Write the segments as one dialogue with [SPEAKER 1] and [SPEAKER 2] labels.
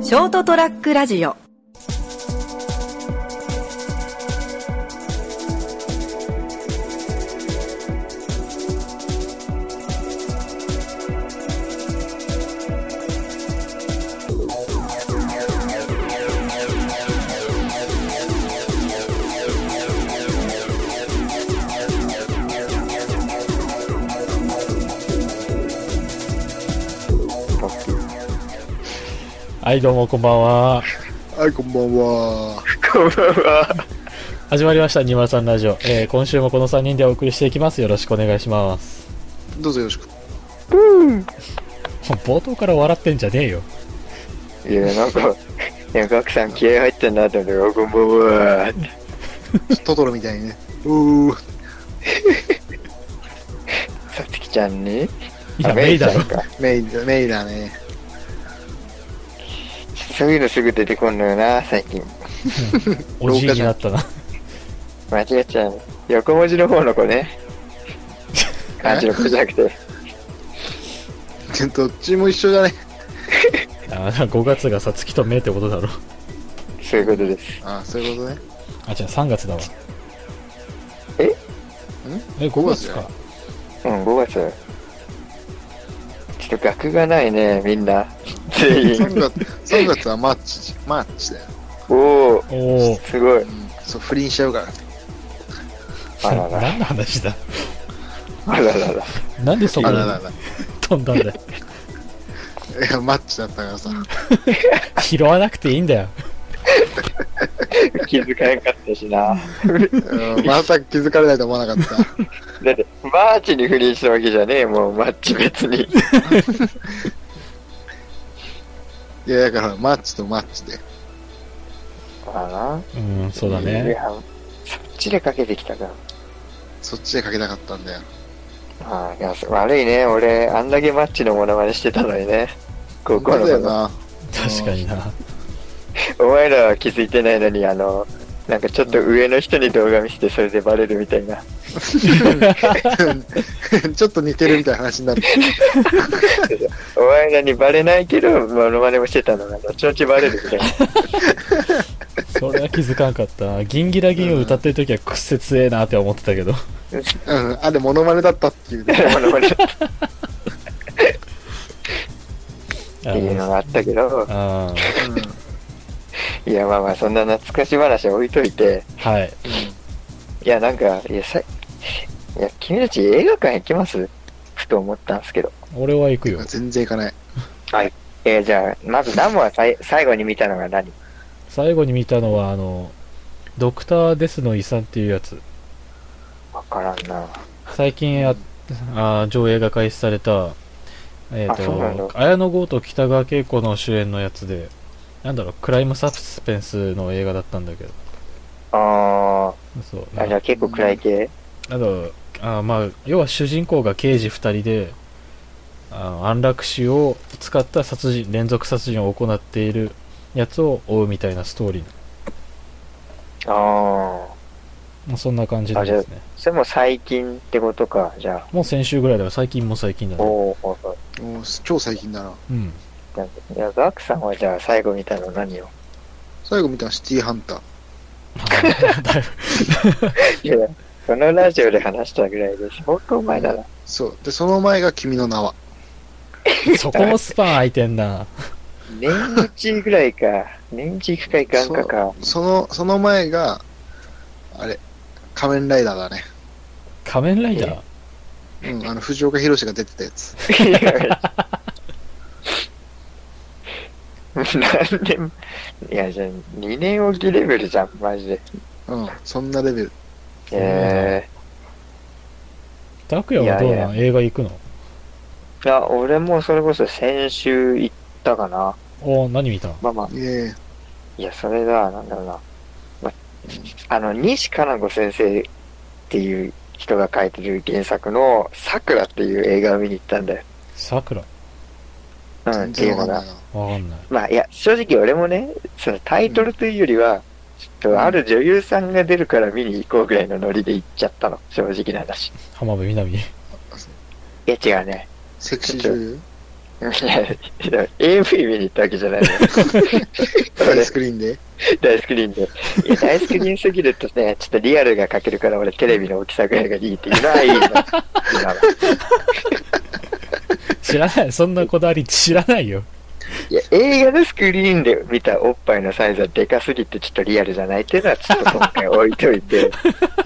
[SPEAKER 1] ショートトラックラジオ
[SPEAKER 2] パッキー
[SPEAKER 3] はい、どうもこんばんは。
[SPEAKER 2] はい、こんばんは。
[SPEAKER 3] 始まりました、二丸さんラジオ。えー、今週もこの3人でお送りしていきます。よろしくお願いします。
[SPEAKER 2] どうぞよろしく。
[SPEAKER 3] 冒頭から笑ってんじゃねえよ。
[SPEAKER 4] いや、なんか、いや、ガクさん気合入ってんなと思って、こんばんはって。
[SPEAKER 2] トトロみたいにね。うー、
[SPEAKER 4] さつきちゃんに
[SPEAKER 3] いや、メイだろ。
[SPEAKER 4] か。
[SPEAKER 2] メイだ、メイだね。
[SPEAKER 4] そういうのすぐ出てこんのよな、最近。
[SPEAKER 3] おじいになったな。
[SPEAKER 4] 間違っちゃう。横文字の方の 子ね。漢字の子じゃなくて。
[SPEAKER 2] どっちも一緒だね。
[SPEAKER 3] あ5月がさつきとめいってことだろ。
[SPEAKER 4] そういうことです。
[SPEAKER 2] あそういうことね。
[SPEAKER 3] あ、違う、3月だわ。
[SPEAKER 4] え
[SPEAKER 3] え、5月か。
[SPEAKER 4] うん、5月。ちょっと学がないね、みんな。全
[SPEAKER 2] 3
[SPEAKER 4] 員。
[SPEAKER 2] 月、3月はマッチ、マッチだよ。
[SPEAKER 4] おお、
[SPEAKER 3] おお。
[SPEAKER 4] すごい。
[SPEAKER 2] うん、そう、不倫しちゃうから。
[SPEAKER 4] あらら
[SPEAKER 3] 何の話だ
[SPEAKER 4] あららら。
[SPEAKER 3] なんでそこ
[SPEAKER 2] あ
[SPEAKER 3] に
[SPEAKER 2] ららら。
[SPEAKER 3] 飛んだんだよ。
[SPEAKER 2] いや、マッチだったからさ。
[SPEAKER 3] 拾わなくていいんだよ。
[SPEAKER 4] 気づかなかったしな。
[SPEAKER 2] うんまさか気づかれないと思わなかった。
[SPEAKER 4] だって、マーチに不倫したわけじゃねえ、もう、マッチ別 に。
[SPEAKER 2] いや、だから、マッチとマッチで。
[SPEAKER 4] まあな。
[SPEAKER 3] うん、そうだ
[SPEAKER 4] い
[SPEAKER 3] ね。
[SPEAKER 4] や、そっちでかけてきたか。
[SPEAKER 2] そっちでかけたかったんだよ。
[SPEAKER 4] ああ、いや、悪いね。俺、あんだけマッチのモノマネしてたのにね。高校
[SPEAKER 2] 本当だよ
[SPEAKER 4] の
[SPEAKER 2] な。
[SPEAKER 3] 確かにな。
[SPEAKER 4] 頃。お前らは気づいてないのに、あの、なんかちょっと上の人に動画見せて、それでバレるみたいな。
[SPEAKER 2] ちょっと似てるみたいな 話になる。
[SPEAKER 4] お前らにバレないけど、モノマネもしてたのが、後々バレるみたいな。
[SPEAKER 3] それは気づかんかったな。ギンギラギンを歌ってる時は屈折ええなって思ってたけど。
[SPEAKER 2] うん、あ、で、モノマネだったっていうね。
[SPEAKER 4] モノマネって
[SPEAKER 3] あ
[SPEAKER 4] いうのがあったけど、
[SPEAKER 3] あー
[SPEAKER 2] うん。
[SPEAKER 4] いや、まあまあ、そんな懐かし話は置いといて、
[SPEAKER 3] はい。
[SPEAKER 4] いや、なんか、いや、さいや、君たち映画館行きますふと思ったんですけど。
[SPEAKER 3] 俺は行くよ
[SPEAKER 2] うん、。全然いかない。
[SPEAKER 4] えーじゃあ、まずダムはさい最後に見たのが何
[SPEAKER 3] 最後に見たのは、あの、ドクター・デスの遺産っていうやつ。
[SPEAKER 4] わからんな。
[SPEAKER 3] 最近ああー上映が開始された、えっ、
[SPEAKER 4] あそうなんだ
[SPEAKER 3] と、綾野剛と北川景子の主演のやつで、なんだろう、クライムサスペンスの映画だったんだけど。
[SPEAKER 4] あ
[SPEAKER 3] そう。
[SPEAKER 4] ーあ、じゃ
[SPEAKER 3] な
[SPEAKER 4] あ結構暗い系
[SPEAKER 3] あと、あーまあ、要は主人公が刑事二人で、あの安楽死を使った殺人、連続殺人を行っているやつを追うみたいなストーリー。
[SPEAKER 4] ああ。
[SPEAKER 3] もうそんな感じなんですね。
[SPEAKER 4] それも最近ってことか、じゃ
[SPEAKER 3] もう先週ぐらいだから、最近も最近だ
[SPEAKER 4] あ。
[SPEAKER 3] ね。
[SPEAKER 4] おーおーお
[SPEAKER 2] もう超最近だな。
[SPEAKER 3] うん。うん
[SPEAKER 4] ーなんかいや、ガクさんはじゃあ最後見たの何を
[SPEAKER 2] 最後見たのシティハンター。
[SPEAKER 3] だいぶ
[SPEAKER 4] いや、このラジオで話したぐらいで相当前だな。
[SPEAKER 2] そう。で、その前が君の名は。
[SPEAKER 3] そこもスパン空いてんな。
[SPEAKER 4] 年一ぐらいか。年一行くか行かん かか。
[SPEAKER 2] その、その前が、あれ、仮面ライダーだね。
[SPEAKER 3] 仮面ライダー
[SPEAKER 2] うん、あの、藤岡弘が出てたやつ。
[SPEAKER 4] いや何年、いや、じゃあ2年おきレベルじゃん、マジで。
[SPEAKER 2] うん、そんなレベル。
[SPEAKER 4] えー。
[SPEAKER 3] 拓也はどうなん
[SPEAKER 4] いや
[SPEAKER 3] 映画行くの
[SPEAKER 4] いや、俺もそれこそ先週行ったかな。
[SPEAKER 3] おー何見たの
[SPEAKER 4] まあまあ、
[SPEAKER 2] ええ
[SPEAKER 4] いや、それが、なんだろうな。まあ、あの、西加奈子先生っていう人が書いてる原作の、桜っていう映画を見に行ったんだよ。
[SPEAKER 3] 桜
[SPEAKER 4] うん、っ
[SPEAKER 2] 全
[SPEAKER 4] てい
[SPEAKER 2] 然
[SPEAKER 4] う
[SPEAKER 2] わ
[SPEAKER 4] の
[SPEAKER 2] かんない。
[SPEAKER 4] が
[SPEAKER 2] な。
[SPEAKER 3] わかんない。
[SPEAKER 4] まあ、いや、正直俺もね、そのタイトルというよりは、ちょっとある女優さんが出るから見に行こうぐらいのノリで行っちゃったの。正直な話。
[SPEAKER 3] 浜辺美波。
[SPEAKER 4] いや、違うね。
[SPEAKER 2] セクシー女優
[SPEAKER 4] ういや いや、AV 見に行ったわけじゃないのよ。そ
[SPEAKER 2] 大
[SPEAKER 4] れ
[SPEAKER 2] スクリーンで。
[SPEAKER 4] 大スクリーンで。いや、大スクリーンすぎるとね、 ちょっとリアルが欠けるから、俺テレビの大きさぐらいがいいっていう のはいいの。今は
[SPEAKER 3] 知らない。そんなこだわり知らないよ。
[SPEAKER 4] いや、映画のスクリーンで見たおっぱいのサイズはでかすぎてちょっとリアルじゃないっていうのはちょっと今回置いとい て。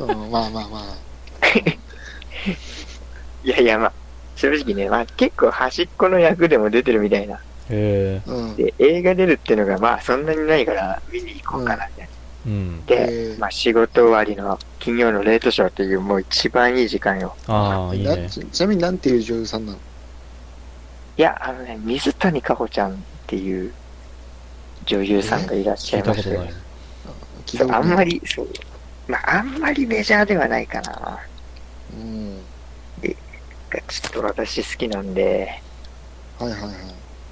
[SPEAKER 2] うん、まあまあまあ。
[SPEAKER 4] いやいや、まあ、正直ね、まあ結構端っこの役でも出てるみたいな。
[SPEAKER 3] え
[SPEAKER 2] うん。
[SPEAKER 4] で、映画出るっていうのがまあそんなにないから見に行こうかなって。
[SPEAKER 3] えうん。
[SPEAKER 4] で
[SPEAKER 2] へ、ー
[SPEAKER 4] まあ仕事終わりの金曜のレートショーっていうもう一番いい時間よ。
[SPEAKER 3] ああ、いい
[SPEAKER 2] な
[SPEAKER 3] ね。
[SPEAKER 2] ちちなみになんていう女優さんなの
[SPEAKER 4] いや、あのね、水谷香穂ちゃんっていう女優さんがいらっしゃ
[SPEAKER 3] 聞い
[SPEAKER 4] い
[SPEAKER 3] た
[SPEAKER 4] ま
[SPEAKER 3] こ
[SPEAKER 4] し
[SPEAKER 3] と
[SPEAKER 4] て、
[SPEAKER 3] ない。
[SPEAKER 2] 聞い
[SPEAKER 4] そ
[SPEAKER 2] た
[SPEAKER 4] う
[SPEAKER 2] こと
[SPEAKER 4] あん
[SPEAKER 2] ない
[SPEAKER 4] まり、そう、まああんまりメジャーではないかな。
[SPEAKER 2] うん。
[SPEAKER 4] がちょっと私好きなんで、
[SPEAKER 2] はいはいは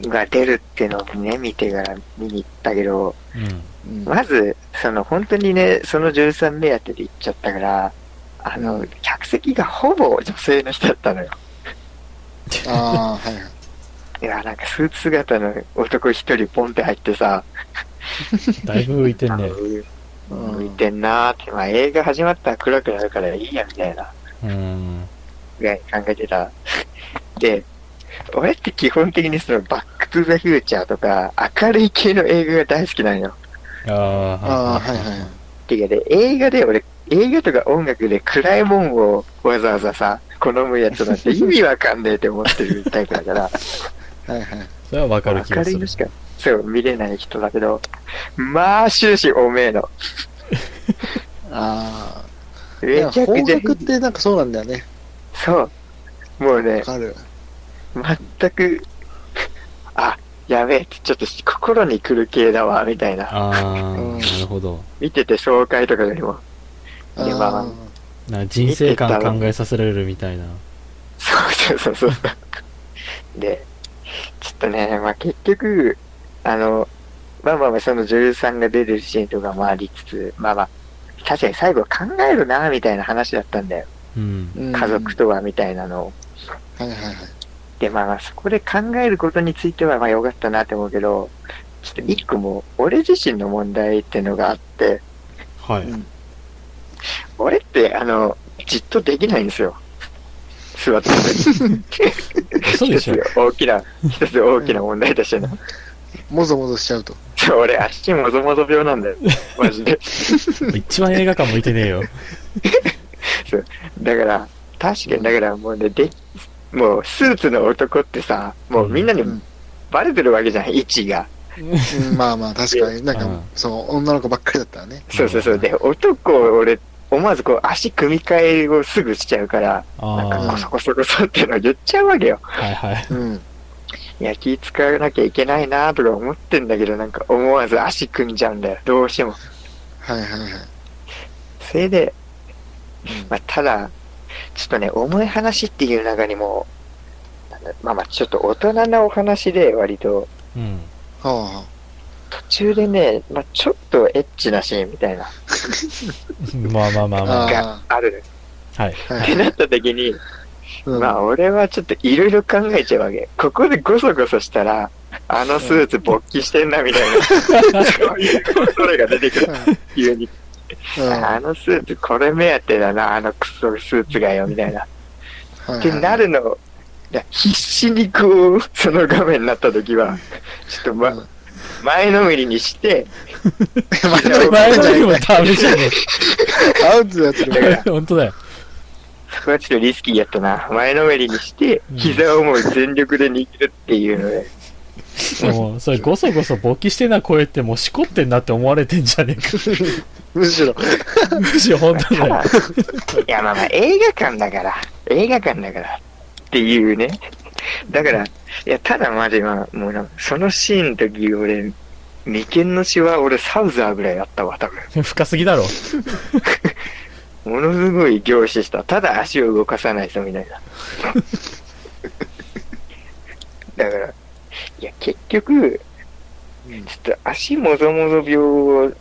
[SPEAKER 2] い。
[SPEAKER 4] が出るってのをね、見てから見に行ったけど、
[SPEAKER 3] うん。
[SPEAKER 2] うん。
[SPEAKER 4] まず、その本当にね、その13目当てで行っちゃったから、あの、客席がほぼ女性の人だったのよ。
[SPEAKER 2] ああ、はいはい。
[SPEAKER 4] いや、なんかスーツ姿の男一人ポンって入ってさ、
[SPEAKER 3] だいぶ浮いてん
[SPEAKER 4] あの
[SPEAKER 3] ね。
[SPEAKER 2] うん
[SPEAKER 4] 浮いてんなーって、まあ映画始まったら暗くなるからいいやみたいな
[SPEAKER 3] うん。
[SPEAKER 4] ぐらい考えてた。で、俺って基本的にそのバックトゥザフューチャーとか明るい系の映画が大好きなんよ。
[SPEAKER 3] ああ、
[SPEAKER 2] ああ、はいはいはい。
[SPEAKER 4] っていうかね、映画で俺、映画とか音楽で暗いもんをわざわざさ、好むやつなんて意味わかんねえって思ってるタイプだから、
[SPEAKER 2] はいはい。
[SPEAKER 3] それはわかる気
[SPEAKER 4] 明
[SPEAKER 3] が
[SPEAKER 4] る
[SPEAKER 3] す
[SPEAKER 4] い
[SPEAKER 3] る
[SPEAKER 4] の。しか、そう、見れない人だけど、まあ、終始おめえの。
[SPEAKER 2] ああ。い
[SPEAKER 4] め
[SPEAKER 2] や、
[SPEAKER 4] ちゃく
[SPEAKER 2] 邦
[SPEAKER 4] ちゃ、
[SPEAKER 2] 楽ってなんかそうなんだよね。
[SPEAKER 4] そう、もうね
[SPEAKER 2] わ、かる。
[SPEAKER 4] 全く、あ、やべえって、ちょっと心に来る系だわ、みたいな。
[SPEAKER 3] ああ、
[SPEAKER 2] うん
[SPEAKER 3] なるほど。
[SPEAKER 4] 見てて紹介とかよりも、
[SPEAKER 2] あ
[SPEAKER 4] いやまあ
[SPEAKER 2] ー
[SPEAKER 3] なんか人生観考えさせられるみたいな。
[SPEAKER 4] そうそうそうそう。で、ちょっとね、まあ結局、あの、まあまあまあその女優さんが出てるシーンとかもありつつ、まあまあ、確かに最後は考えるな、みたいな話だったんだよ。
[SPEAKER 3] うん。
[SPEAKER 2] うん
[SPEAKER 4] 家族とは、みたいなのを。
[SPEAKER 2] はいはいはい。
[SPEAKER 4] で、まあまあそこで考えることについては、まあ良かったなって思うけど、ちょっと一個もう、俺自身の問題ってのがあって、
[SPEAKER 3] は
[SPEAKER 2] う
[SPEAKER 3] い。
[SPEAKER 2] ん
[SPEAKER 4] 俺って、あの、じっとできないんですよ。座って て。
[SPEAKER 3] 嘘でしょ
[SPEAKER 4] 一つ大きな、一つ大きな問題としての。
[SPEAKER 2] もぞもぞしちゃうと。
[SPEAKER 4] そう俺、足もぞもぞ病なんだよ。マジで。
[SPEAKER 3] 一番映画館向いてねえよ。
[SPEAKER 4] だから、確かに、だからもうね、で、もう、スーツの男ってさ、もうみんなに
[SPEAKER 2] うん
[SPEAKER 4] バレてるわけじゃん、位置が。
[SPEAKER 2] うんまあまあ、確かに。なん
[SPEAKER 3] うん
[SPEAKER 2] か、その、女の子ばっかりだったらね。
[SPEAKER 4] そうそうそう。で、男を俺、思わずこう、足組み替えをすぐしちゃうから、なんか、
[SPEAKER 3] あ
[SPEAKER 4] コソコソコソっての言っちゃうわけよ
[SPEAKER 3] あ、。はいはい。
[SPEAKER 2] うん。
[SPEAKER 4] いや、気使わなきゃいけないなとか思ってんだけど、なんか思わず足組んじゃうんだよ。どうしても。
[SPEAKER 2] はいはいはい。
[SPEAKER 4] それで、
[SPEAKER 2] うん
[SPEAKER 4] まあ、ただ、ちょっとね、重い話っていう中にも、なんだまあまあ、ちょっと大人なお話で、割と、
[SPEAKER 3] うん。
[SPEAKER 2] はあは
[SPEAKER 4] 途中でね、まあ、ちょっとエッチなシーンみたいな、
[SPEAKER 3] まあまあまあまあ。
[SPEAKER 4] がある。
[SPEAKER 3] はい。
[SPEAKER 2] あ。は
[SPEAKER 4] って
[SPEAKER 2] い。
[SPEAKER 4] なった時に、
[SPEAKER 2] うん
[SPEAKER 4] まあ、俺はちょっといろいろ考えちゃうわけ。ここでゴソゴソしたら、あのスーツ勃起してんな、みた いな、そういうれが出てくる。急に、
[SPEAKER 2] うん
[SPEAKER 4] あのスーツ、これ目当てだな、あのクソスーツがよ、みたいな。
[SPEAKER 2] はい
[SPEAKER 4] ってなるのを、いや必死にこう、その画面になった時は、ちょっと、ま
[SPEAKER 2] うん
[SPEAKER 4] 前のめりにして、
[SPEAKER 2] まあでも
[SPEAKER 3] 前の日もダメじゃね
[SPEAKER 2] アウトだってるから。
[SPEAKER 3] え。ほんとだよ。
[SPEAKER 4] そこはちょっとリスキーやったな。前のめりにして
[SPEAKER 3] う、ん
[SPEAKER 4] 膝をもう全力で握るっていうので、
[SPEAKER 3] もう、それごそごそ勃起してな声ってもうしこってんなって思われてんじゃね
[SPEAKER 2] むしろ。
[SPEAKER 3] えか。むしろほんと
[SPEAKER 4] た
[SPEAKER 3] だよ
[SPEAKER 4] だ。、いやまあまあ映画館だから、映画館だからっていうね。だから、いやただまでは、もうなそのシーンの時俺、眉間のシワ俺サウザーぐらいあったわ、多分。
[SPEAKER 3] 深すぎだろ。
[SPEAKER 4] ものすごい凝視した。ただ足を動かさない人みたいな。だから、いや、結局、ちょっと足もぞもぞ病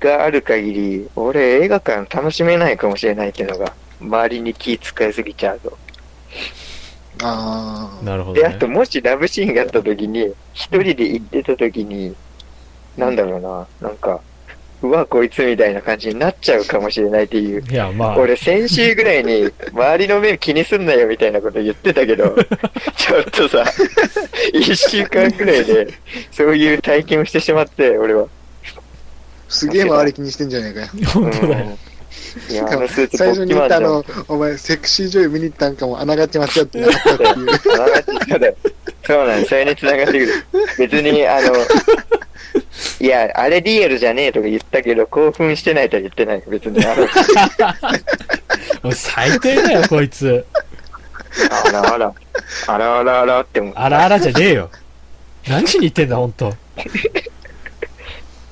[SPEAKER 4] がある限り、俺映画館楽しめないかもしれないっていうのが、周りに気使いすぎちゃうと。
[SPEAKER 2] あ
[SPEAKER 3] なるほど、
[SPEAKER 4] で、
[SPEAKER 3] ね。
[SPEAKER 4] あと、もしラブシーンがあった時に、一人で行ってた時に、なんだろうな、なんか、うわ、こいつみたいな感じになっちゃうかもしれないっていう。
[SPEAKER 3] いや、まあ、
[SPEAKER 4] 俺、先週ぐらいに、周りの目気にすんなよみたいなこと言ってたけど、ちょっとさ、一週間ぐらいで、そういう体験をしてしまって、俺は。
[SPEAKER 2] あ、すげえ周り気にしてんじゃねえかよ。
[SPEAKER 3] 本当だよ。
[SPEAKER 4] いや、あのスーツ
[SPEAKER 2] 最
[SPEAKER 4] ポ
[SPEAKER 2] 初
[SPEAKER 4] ッ
[SPEAKER 2] に
[SPEAKER 4] キ
[SPEAKER 2] 言
[SPEAKER 4] マ
[SPEAKER 2] っ
[SPEAKER 4] ン
[SPEAKER 2] た
[SPEAKER 4] だ
[SPEAKER 2] あ
[SPEAKER 4] よ。
[SPEAKER 2] の、お前セクシー女優見に行ったんかも、あながち間違ってなかったっていう。
[SPEAKER 4] そうなんです。それに繋がってくる。別に、あの、いや、あれリアルじゃねえとか言ったけど、興奮してないとは言ってない。別に、あの、
[SPEAKER 3] もう最低だよ、こいつ。
[SPEAKER 4] あらあら、あらあらあらって思う。
[SPEAKER 3] あらあらじゃねえよ。何しに言ってんだ、本当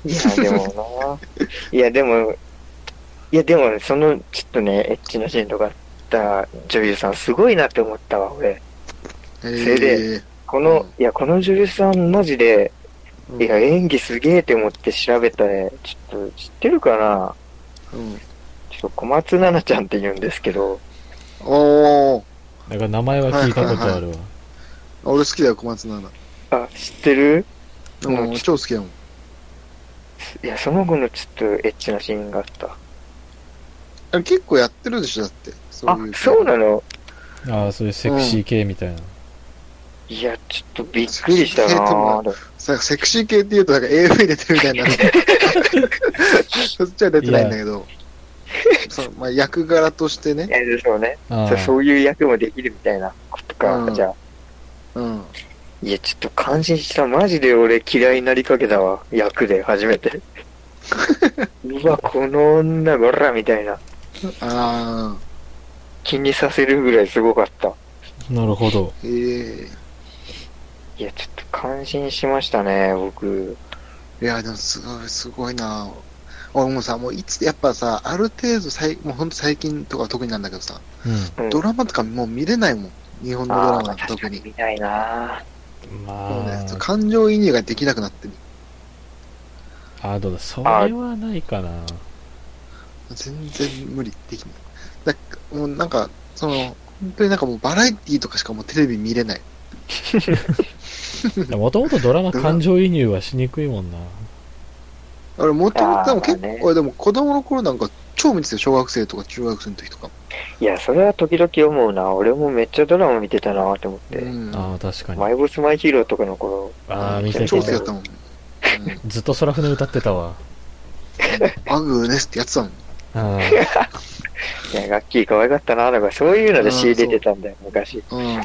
[SPEAKER 4] いや、でもな。いや、でも、いや、でも、その、ちょっとね、エッチなシーンとかあった女優さん、すごいなって思ったわ、俺。
[SPEAKER 2] え
[SPEAKER 4] それでこの、いや、この女優さん、マジで、
[SPEAKER 2] うん
[SPEAKER 4] いや、演技すげえって思って調べたね。ちょっと、知ってるかな
[SPEAKER 2] うん
[SPEAKER 4] ちょっと、小松菜奈ちゃんって言うんですけど、
[SPEAKER 2] おー、
[SPEAKER 3] なんか名前は聞いたことあるわ。
[SPEAKER 2] 俺好きだよ、小松菜奈。
[SPEAKER 4] あ、知ってる
[SPEAKER 2] うん
[SPEAKER 4] うん
[SPEAKER 2] 超好きだもん。
[SPEAKER 4] いや、その後のちょっとエッチなシーンがあった。
[SPEAKER 2] あれ結構やってるでしょ、だって。そ
[SPEAKER 4] あ、そうなの
[SPEAKER 3] ああ、そういうセクシー系みたいな。
[SPEAKER 4] いや、ちょっとびっくりした
[SPEAKER 2] えっとま
[SPEAKER 4] な
[SPEAKER 2] あさセクシー系って言うとなんか AV 出てるみたいにな る。そっちは出てないんだけど。そうまあ、役柄として
[SPEAKER 4] い
[SPEAKER 2] ね。
[SPEAKER 4] や、でしょうね。
[SPEAKER 3] ああ
[SPEAKER 4] そうそういう役もできるみたいなことか、
[SPEAKER 2] うん
[SPEAKER 4] じゃあ。
[SPEAKER 2] うん。
[SPEAKER 4] いや、ちょっと感心した。マジで俺嫌いになりかけたわ。役で、初め て。うわ、この女、こら、みたいな。
[SPEAKER 2] あ
[SPEAKER 4] 気にさせるぐらいすごかった。
[SPEAKER 3] なるほど。
[SPEAKER 2] ー、ええ
[SPEAKER 4] いや、ちょっと感心しましたね、僕。
[SPEAKER 2] いや、でもすごい、すごいな俺もさ、もういつ、やっぱさ、ある程度さい、もうほんと最近とか特になんだけどさ、
[SPEAKER 3] う
[SPEAKER 4] うん、
[SPEAKER 2] ドラマとかもう見れないもん。日本のドラ
[SPEAKER 4] あ
[SPEAKER 2] マ特
[SPEAKER 4] あ、確かに
[SPEAKER 2] に。
[SPEAKER 4] 見たいな。
[SPEAKER 3] ん。
[SPEAKER 2] もう
[SPEAKER 3] ま
[SPEAKER 2] ね、
[SPEAKER 3] あ、
[SPEAKER 2] 感情移入ができなくなってる。
[SPEAKER 3] ああ、どうだ、それはないかな。
[SPEAKER 2] 全然無理できない。だもうなんか、その、本当になんかもうバラエティーとかしかもうテレビ見れない。
[SPEAKER 3] もともとドラマ感情移入はしにくいもんな。
[SPEAKER 2] 俺もともとでも結
[SPEAKER 4] あーまあね
[SPEAKER 2] 構、俺でも子供の頃なんか超見てたよ。小学生とか中学生の時とか。
[SPEAKER 4] いや、それは時々思うな。俺もめっちゃドラマ見てたなって思って。
[SPEAKER 2] うん。
[SPEAKER 3] ああ、確かに。
[SPEAKER 4] マイボスマイヒーローとかの頃。
[SPEAKER 3] ああ、見て
[SPEAKER 2] 超
[SPEAKER 3] て
[SPEAKER 2] 好きだったもん。うん
[SPEAKER 3] ずっと空船歌ってたわ。
[SPEAKER 2] バグーネスってやってたもん。
[SPEAKER 3] あ
[SPEAKER 4] いや、ガッキー可愛かったなとか、そういうので CD 出てたんだよ、昔。
[SPEAKER 2] うん。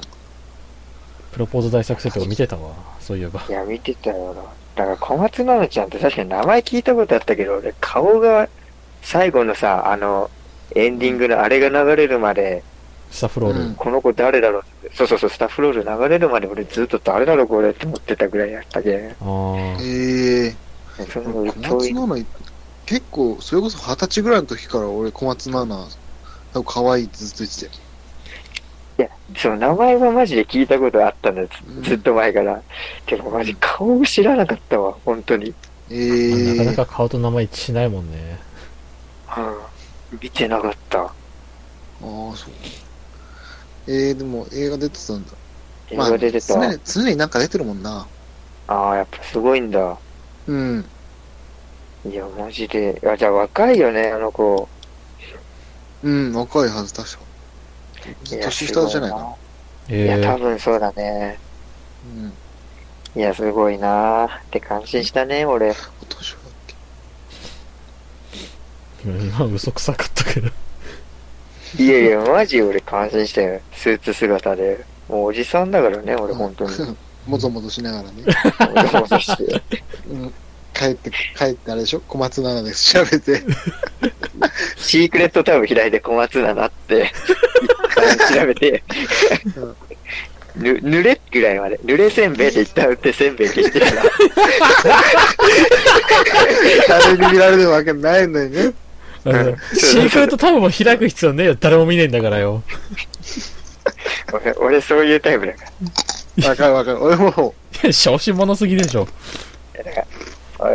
[SPEAKER 3] プロポーズ大作戦とか見てたわ。そういえば。
[SPEAKER 4] いや、見てたよな。だから、小松菜奈ちゃんって確かに名前聞いたことあったけど、俺、顔が、最後のさ、あの、エンディングのあれが流れるまで、
[SPEAKER 3] スタッフロール。
[SPEAKER 2] うん
[SPEAKER 4] この子誰だろうってそうそうそう、スタッフロール流れるまで俺ずっと誰だろうこれって思ってたぐらいやったけん。
[SPEAKER 3] ああ、
[SPEAKER 2] ええ
[SPEAKER 4] その
[SPEAKER 2] 俺小松
[SPEAKER 4] 遠
[SPEAKER 2] 菜奈、
[SPEAKER 4] い。
[SPEAKER 2] 結構、それこそ二十歳ぐらいの時から俺小松菜奈、多分可愛いってずっと言ってたよ。
[SPEAKER 4] その名前はマジで聞いたことあったんだよ、ずずっと前から。けどマジ顔を知らなかったわ、本当に。
[SPEAKER 2] ええ
[SPEAKER 3] なかなか顔と名前一致しないもんね。
[SPEAKER 4] うん。見てなかった。
[SPEAKER 2] ああ、そう。ええでも映画出てたんだ。
[SPEAKER 4] 映画出てた。
[SPEAKER 2] まあ、常に常になんか出てるもんな。
[SPEAKER 4] ああ、やっぱすごいんだ。
[SPEAKER 2] うん。
[SPEAKER 4] いや、マジで。あ、じゃあ若いよね、あの子。
[SPEAKER 2] うん、若いはず、確か。
[SPEAKER 4] いや
[SPEAKER 2] 年下じゃないかな。
[SPEAKER 4] すごいな。い
[SPEAKER 3] え
[SPEAKER 4] や、
[SPEAKER 3] え
[SPEAKER 4] 多分そうだね。
[SPEAKER 2] うん。
[SPEAKER 4] いや、すごいなーって感心したね、俺。
[SPEAKER 2] お年はだっけ
[SPEAKER 3] 今嘘くさかった けど。
[SPEAKER 4] いやいや、マジ俺感心したよ。スーツ姿で。もうおじさんだからね、俺、本当に。
[SPEAKER 2] もぞもぞしながら ね。
[SPEAKER 4] もぞもぞして
[SPEAKER 2] うん。帰って、帰ってあれでしょ小松菜奈です。 調べて。
[SPEAKER 4] シークレットタブ開いて小松菜なって、調べて、
[SPEAKER 2] うん
[SPEAKER 4] ぬ、濡れぐらいまで。濡れせんべいって一旦打ってせんべい消してから。
[SPEAKER 2] 誰に見られるわけないのにね。
[SPEAKER 4] うん
[SPEAKER 3] シークレットタブも開く必要ねえよ。誰も見ねえんだからよ。
[SPEAKER 4] 俺、俺そういうタイプだから。
[SPEAKER 2] わかるわかる。俺も、
[SPEAKER 3] いや小心者すぎでしょ。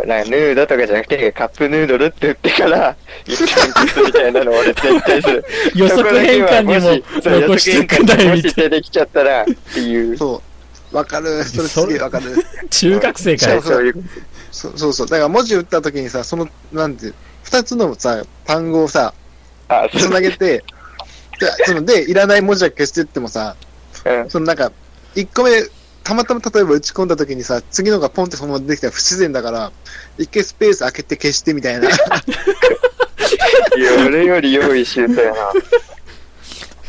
[SPEAKER 4] なんかヌードとかじゃなくて、カップヌードルって言って から、一旦キスみたいなの俺絶対する。
[SPEAKER 3] 予測変換にも残してくだよ
[SPEAKER 4] も
[SPEAKER 3] みた
[SPEAKER 4] し
[SPEAKER 3] いな
[SPEAKER 4] 出てきちゃったら、っていう。
[SPEAKER 2] そう。わかる。それすげえわかる。
[SPEAKER 3] 中学生か
[SPEAKER 2] そ
[SPEAKER 3] よ
[SPEAKER 2] う
[SPEAKER 4] そういう。
[SPEAKER 2] そそうそう。だから文字打った時にさ、その、なんていう、二つのさ、単語をさ、
[SPEAKER 4] あ、
[SPEAKER 2] つなげ て、じゃあそので、いらない文字は消してってもさ、
[SPEAKER 4] うん
[SPEAKER 2] そのなんか、一個目、たまたま例えば打ち込んだ時にさ、次のがポンってそのまま出てきたら不自然だから、一回スペース開けて消してみたいな。
[SPEAKER 4] いや俺より用意してたよな。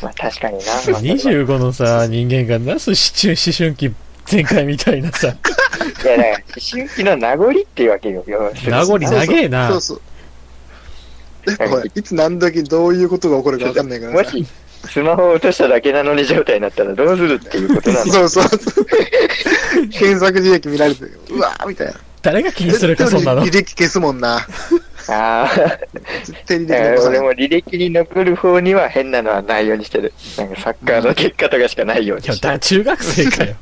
[SPEAKER 4] まあ確かにな。
[SPEAKER 3] 25のさ人間がなす思春思春期全開みたいなさ
[SPEAKER 4] いやだから、思春期の名残っていうわけよ。要するに
[SPEAKER 3] 名残
[SPEAKER 2] そうそう
[SPEAKER 3] 長えな
[SPEAKER 2] そうそう。やっぱほら、いつ何時どういうことが起こるかわかんないから
[SPEAKER 4] も
[SPEAKER 2] さ。
[SPEAKER 4] し、スマホを落としただけなのに状態になったらどうするっていうことな の。
[SPEAKER 2] そうそうそう。検索履歴見られて、うわーみたいな。
[SPEAKER 3] 誰が気にするかそんなの
[SPEAKER 2] 絶対履歴消すもんな。
[SPEAKER 4] ああ。
[SPEAKER 2] 絶対履
[SPEAKER 4] だか
[SPEAKER 2] 歴
[SPEAKER 4] ら
[SPEAKER 2] 残さな
[SPEAKER 4] 俺
[SPEAKER 2] い。
[SPEAKER 4] も履歴に残る方には変なのはないようにしてる。なんかサッカーの結果とかしかないように
[SPEAKER 3] いや
[SPEAKER 4] してる。
[SPEAKER 3] だ中学生かよ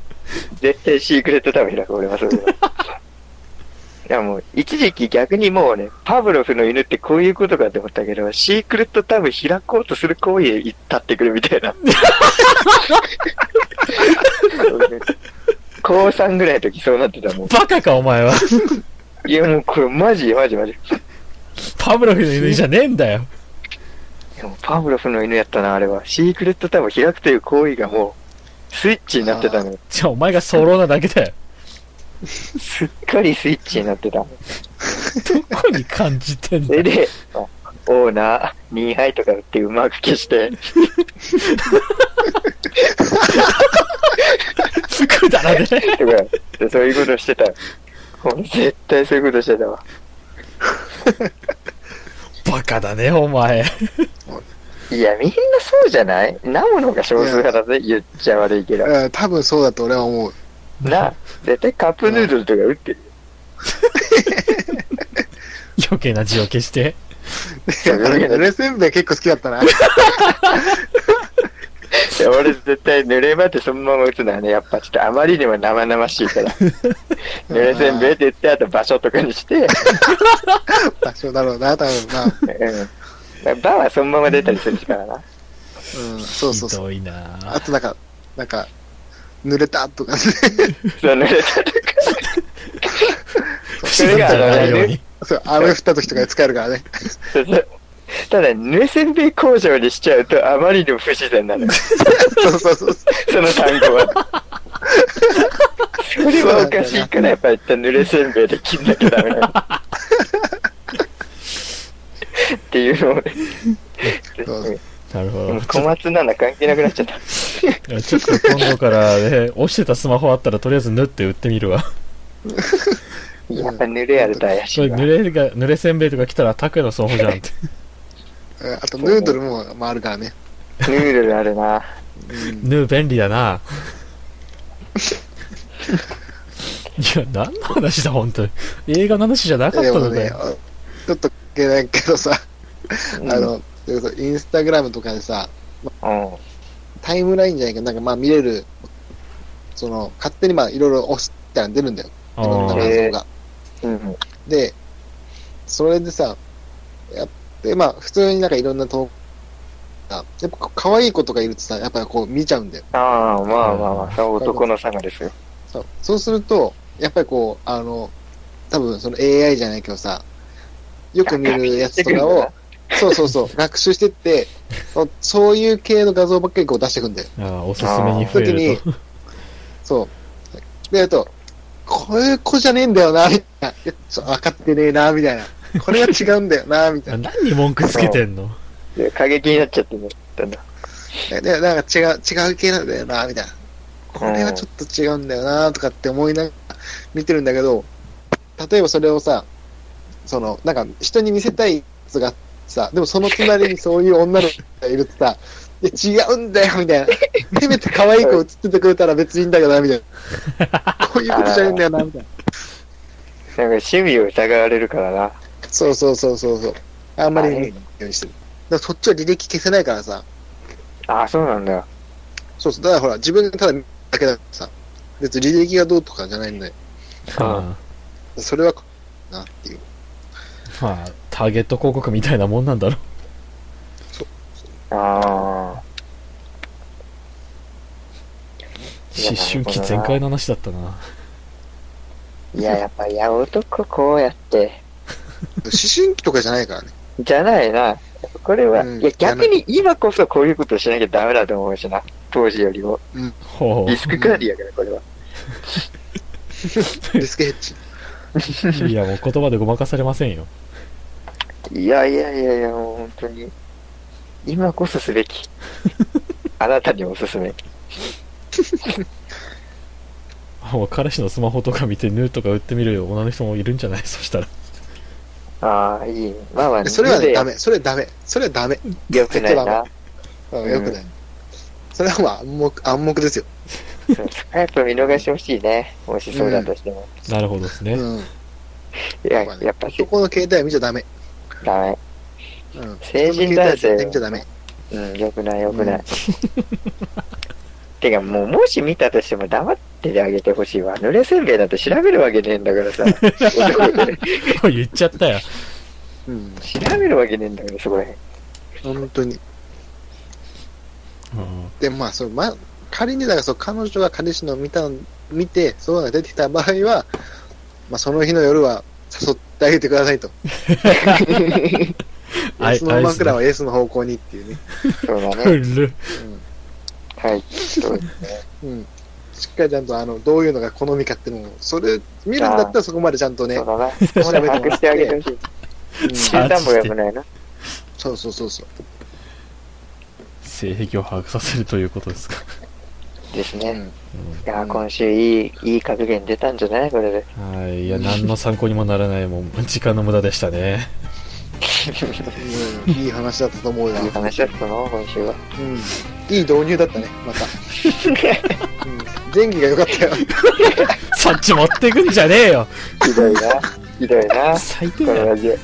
[SPEAKER 4] 絶対シークレットタブ開く、俺はそれは。いやもう、一時期逆にもうね、パブロフの犬ってこういうことかって思ったけど、シークレットタブ開こうとする行為へ立ってくるみたいな。高3ぐらいの時そうなってたも ん。
[SPEAKER 3] バカかお前はい
[SPEAKER 4] やもうこれマジマジマジ。い
[SPEAKER 3] パブロフの犬じゃねえんだよ
[SPEAKER 4] やもうパブロフの犬やったな、あれは。シークレットタブ開くという行為がもう、スイッチになってたのよ。
[SPEAKER 3] じゃあお前がソロなだけだよ
[SPEAKER 4] すっかりスイッチになってた。
[SPEAKER 3] どこに感じてん
[SPEAKER 4] そ
[SPEAKER 3] だ
[SPEAKER 4] れで、あオーナー、2杯とか打ってうまく消して、
[SPEAKER 3] くだらねえ
[SPEAKER 4] とか、でそういうことしてた。俺絶対そういうことしてたわ。
[SPEAKER 3] バカだねお前
[SPEAKER 4] いや、みんなそうじゃないなものが少数派だぜ、言っちゃ悪いけど。
[SPEAKER 2] うん、多分そうだと俺は思う。
[SPEAKER 4] な、絶対カップヌードルとか打ってる。
[SPEAKER 3] 余計な字を消して
[SPEAKER 4] うだね
[SPEAKER 2] 濡れせんべい結構好きだったな。
[SPEAKER 4] いや俺絶対濡れ場ってそのまま打つのはね、やっぱちょっとあまりにも生々し いから。濡れせんべいって言って、あと場所とかにして、
[SPEAKER 2] 場所だろうな、多分な。
[SPEAKER 4] うん。バーはそのまま出たりするからな。
[SPEAKER 2] うん、そうそう
[SPEAKER 3] ひ
[SPEAKER 2] そう。
[SPEAKER 3] どいな
[SPEAKER 2] あとなんか、なんか、濡れたとかね。
[SPEAKER 4] そう、濡れたとか。
[SPEAKER 3] 不自然じゃないように
[SPEAKER 2] そう、雨降った時とかで使えるからね。
[SPEAKER 4] そうそうただ、ぬせんべい工場にしちゃうと、あまりにも不自然なの。
[SPEAKER 2] そうそうそう。
[SPEAKER 4] その単語は。 それはおかしいから、やっぱり一旦ぬれせんべいで切んなきゃダメ なの。っていうのをね
[SPEAKER 2] そうそう
[SPEAKER 3] なるほ
[SPEAKER 4] で
[SPEAKER 3] ど
[SPEAKER 4] も小松菜奈関係なくなっちゃった。
[SPEAKER 3] いやちょっと今度からね、落ちてたスマホあったらとりあえず縫って売ってみるわ。
[SPEAKER 4] やっぱ濡れやると怪し
[SPEAKER 3] こ
[SPEAKER 4] い
[SPEAKER 3] れ
[SPEAKER 4] わ。
[SPEAKER 3] 濡れが、濡れせんべいとか来たらタクのスマホじゃんって。
[SPEAKER 2] うんあと、ヌードルも、まあ、あるからね。
[SPEAKER 4] ヌードルある な。
[SPEAKER 2] うん
[SPEAKER 3] 縫う便利だな。 いや、何の話だ、本当に。映画の話じゃなかっ
[SPEAKER 2] で
[SPEAKER 3] た
[SPEAKER 2] も
[SPEAKER 3] のだ
[SPEAKER 2] ね
[SPEAKER 3] よ。、
[SPEAKER 2] ちょっと関係ないけどさ、あ
[SPEAKER 4] うん、
[SPEAKER 2] の、それこそインスタグラムとかでさ、
[SPEAKER 4] うん。
[SPEAKER 2] タイムラインじゃないけど、なんかまあ見れる、その、勝手にまあいろいろ押したら出るんだよ。
[SPEAKER 3] あ
[SPEAKER 2] いろんな
[SPEAKER 3] ー
[SPEAKER 4] ね
[SPEAKER 2] 画像が。
[SPEAKER 4] うん。
[SPEAKER 2] で、それでさ、やって、まあ、普通になんかいろんな投稿やっぱ可愛い子とかいるとさ、やっぱこう見ちゃうんだよ。
[SPEAKER 4] ああ、まあまあまあ、そう男の差がですよ。
[SPEAKER 2] そうそうすると、やっぱりこう、あの、多分その AI じゃないけどさ、よく見るやつとかを、そうそう そう、学習してって、そそういう系の画像ばっかりこう出してくんだよ。
[SPEAKER 3] あーおすすめに増え
[SPEAKER 2] 時
[SPEAKER 3] る
[SPEAKER 2] に
[SPEAKER 3] と。、
[SPEAKER 2] そう。で、あと、こういう子じゃねえんだよな、みたいな。いやちょ分かってねえな、みたいな。これが違うんだよな、みたいな
[SPEAKER 3] あ。何に文句つけてんの
[SPEAKER 4] で過激になっちゃってね。だんだん
[SPEAKER 2] で、なんか違う、違う系なんだよな、みたいな。これはちょっと違うんだよな、とかって思いながら見てるんだけど、例えばそれをさ、その、なんか人に見せたいやつがさ、でもその隣にそういう女の子がいるとさ、 いや違うんだよ、みたいな。せめて可愛い子映っててくれたら別にいいんだけどな、みたいな。こういうことじゃねえんだよな、みたいな。
[SPEAKER 4] なんか趣味を疑われるからな。
[SPEAKER 2] そうそうそうそうそう。あんまり見ないようにしてる。だからそっちは履歴消せないからさ、
[SPEAKER 4] ああ、そうなんだ。
[SPEAKER 2] そうそう、だからほら、自分がただ見るだけだからさ、別に履歴がどうとかじゃないんだよ。
[SPEAKER 3] あ
[SPEAKER 2] それはなっていう。
[SPEAKER 3] まあ、ターゲット広告みたいなもんなんだろ
[SPEAKER 4] ああ。
[SPEAKER 3] う。思春期全開の話だったな。
[SPEAKER 4] いや、やっぱ、いや、男こうやって。
[SPEAKER 2] 思春期とかじゃない からね。
[SPEAKER 4] じゃないな。これは、
[SPEAKER 2] うん
[SPEAKER 4] いや、
[SPEAKER 2] じゃな
[SPEAKER 4] 逆
[SPEAKER 2] い
[SPEAKER 4] に今こそこういうことしなきゃダメだと思うしな。当時よりも。
[SPEAKER 3] ほ
[SPEAKER 4] リスク管理やから、これは。
[SPEAKER 2] リスケヘッジ。
[SPEAKER 3] う。いや、もう言葉でごまかされませんよ。
[SPEAKER 4] いやいやいやいや、もう本当に。今こそすべ き。あなたにおすすめ。
[SPEAKER 3] もう彼氏のスマホとか見てヌーとか売ってみる女の人もいるんじゃないそしたら。
[SPEAKER 4] ああ、いい。まあまあ、
[SPEAKER 2] それはね、ダ
[SPEAKER 4] メ。
[SPEAKER 2] メ。それはダメ。それはダメ。
[SPEAKER 4] よくないな。
[SPEAKER 2] うんよくない。それはまあ暗黙、暗黙ですよ。
[SPEAKER 4] そうやっぱ見逃してほしいね。もしそうだとしても。
[SPEAKER 3] なるほどですね。
[SPEAKER 2] うん。
[SPEAKER 4] いや、
[SPEAKER 2] まあね
[SPEAKER 4] やっぱし、
[SPEAKER 2] 男の携帯は見ちゃダメ。
[SPEAKER 4] ダメ。
[SPEAKER 2] うん。
[SPEAKER 4] 成
[SPEAKER 2] 男の携
[SPEAKER 4] 人男
[SPEAKER 2] 帯は絶対
[SPEAKER 4] 性
[SPEAKER 2] 見ちゃダメ。
[SPEAKER 4] うん、よくない、よくない。てか、もう、もし見たとしても黙っててあげてほしいわ。濡れせんべいだって調べるわけねえんだから さ。男で
[SPEAKER 3] 言っちゃったよ。
[SPEAKER 2] うん。
[SPEAKER 4] 調べるわけねえんだから、そこら辺。
[SPEAKER 2] 本当に。
[SPEAKER 3] うん
[SPEAKER 2] で、まあ、そう、まあ、仮にだからそう、彼女が彼氏の見た、見て、そういうのが出てきた場合は、まあ、その日の夜は誘ってあげてくださいと。
[SPEAKER 3] あい
[SPEAKER 2] その枕はエースの方向にっていうね。
[SPEAKER 4] そうだ
[SPEAKER 3] ふ
[SPEAKER 4] ね。
[SPEAKER 3] る。
[SPEAKER 4] はい。そうですね。
[SPEAKER 2] うん。しっかりちゃんと、あの、どういうのが好みかっていうのを、それ、見るんだったらそこまでちゃんと ね
[SPEAKER 4] そう、だな。そこまで把握してあげてほしい。
[SPEAKER 2] うん
[SPEAKER 3] そう
[SPEAKER 4] 中途半端がよくないな。
[SPEAKER 2] そうそうそうそう。
[SPEAKER 3] 性癖を把握させるということですか。
[SPEAKER 4] です
[SPEAKER 2] う
[SPEAKER 4] ね。
[SPEAKER 2] ん。
[SPEAKER 3] うん
[SPEAKER 4] いやー、今週いい、いい格言出たんじゃないこれで。
[SPEAKER 3] はい。いや、何の参考にもならない、もう、時間の無駄でしたね。
[SPEAKER 2] うんいい話だったと思うよ。
[SPEAKER 4] いい話だったの今週 は。
[SPEAKER 2] うん。いい導入だったね、また。うん前期が良かったよ。
[SPEAKER 3] そっち持ってくんじゃねえよ
[SPEAKER 4] ひどいな。ひどいな。こ
[SPEAKER 3] 最低
[SPEAKER 4] の
[SPEAKER 3] や
[SPEAKER 4] ラジオ。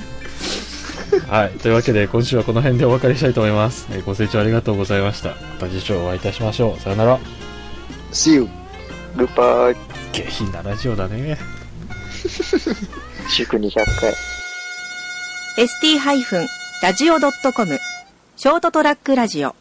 [SPEAKER 3] はい。というわけで、今週はこの辺でお別れしたいと思います。えーご清聴ありがとうございました。また次週お会いいたしましょう。さよなら。
[SPEAKER 2] See you.
[SPEAKER 4] グッバイ。
[SPEAKER 3] 下品なラジオだね。
[SPEAKER 4] 祝200回。
[SPEAKER 1] ST-radio.com ショートトラックラジオ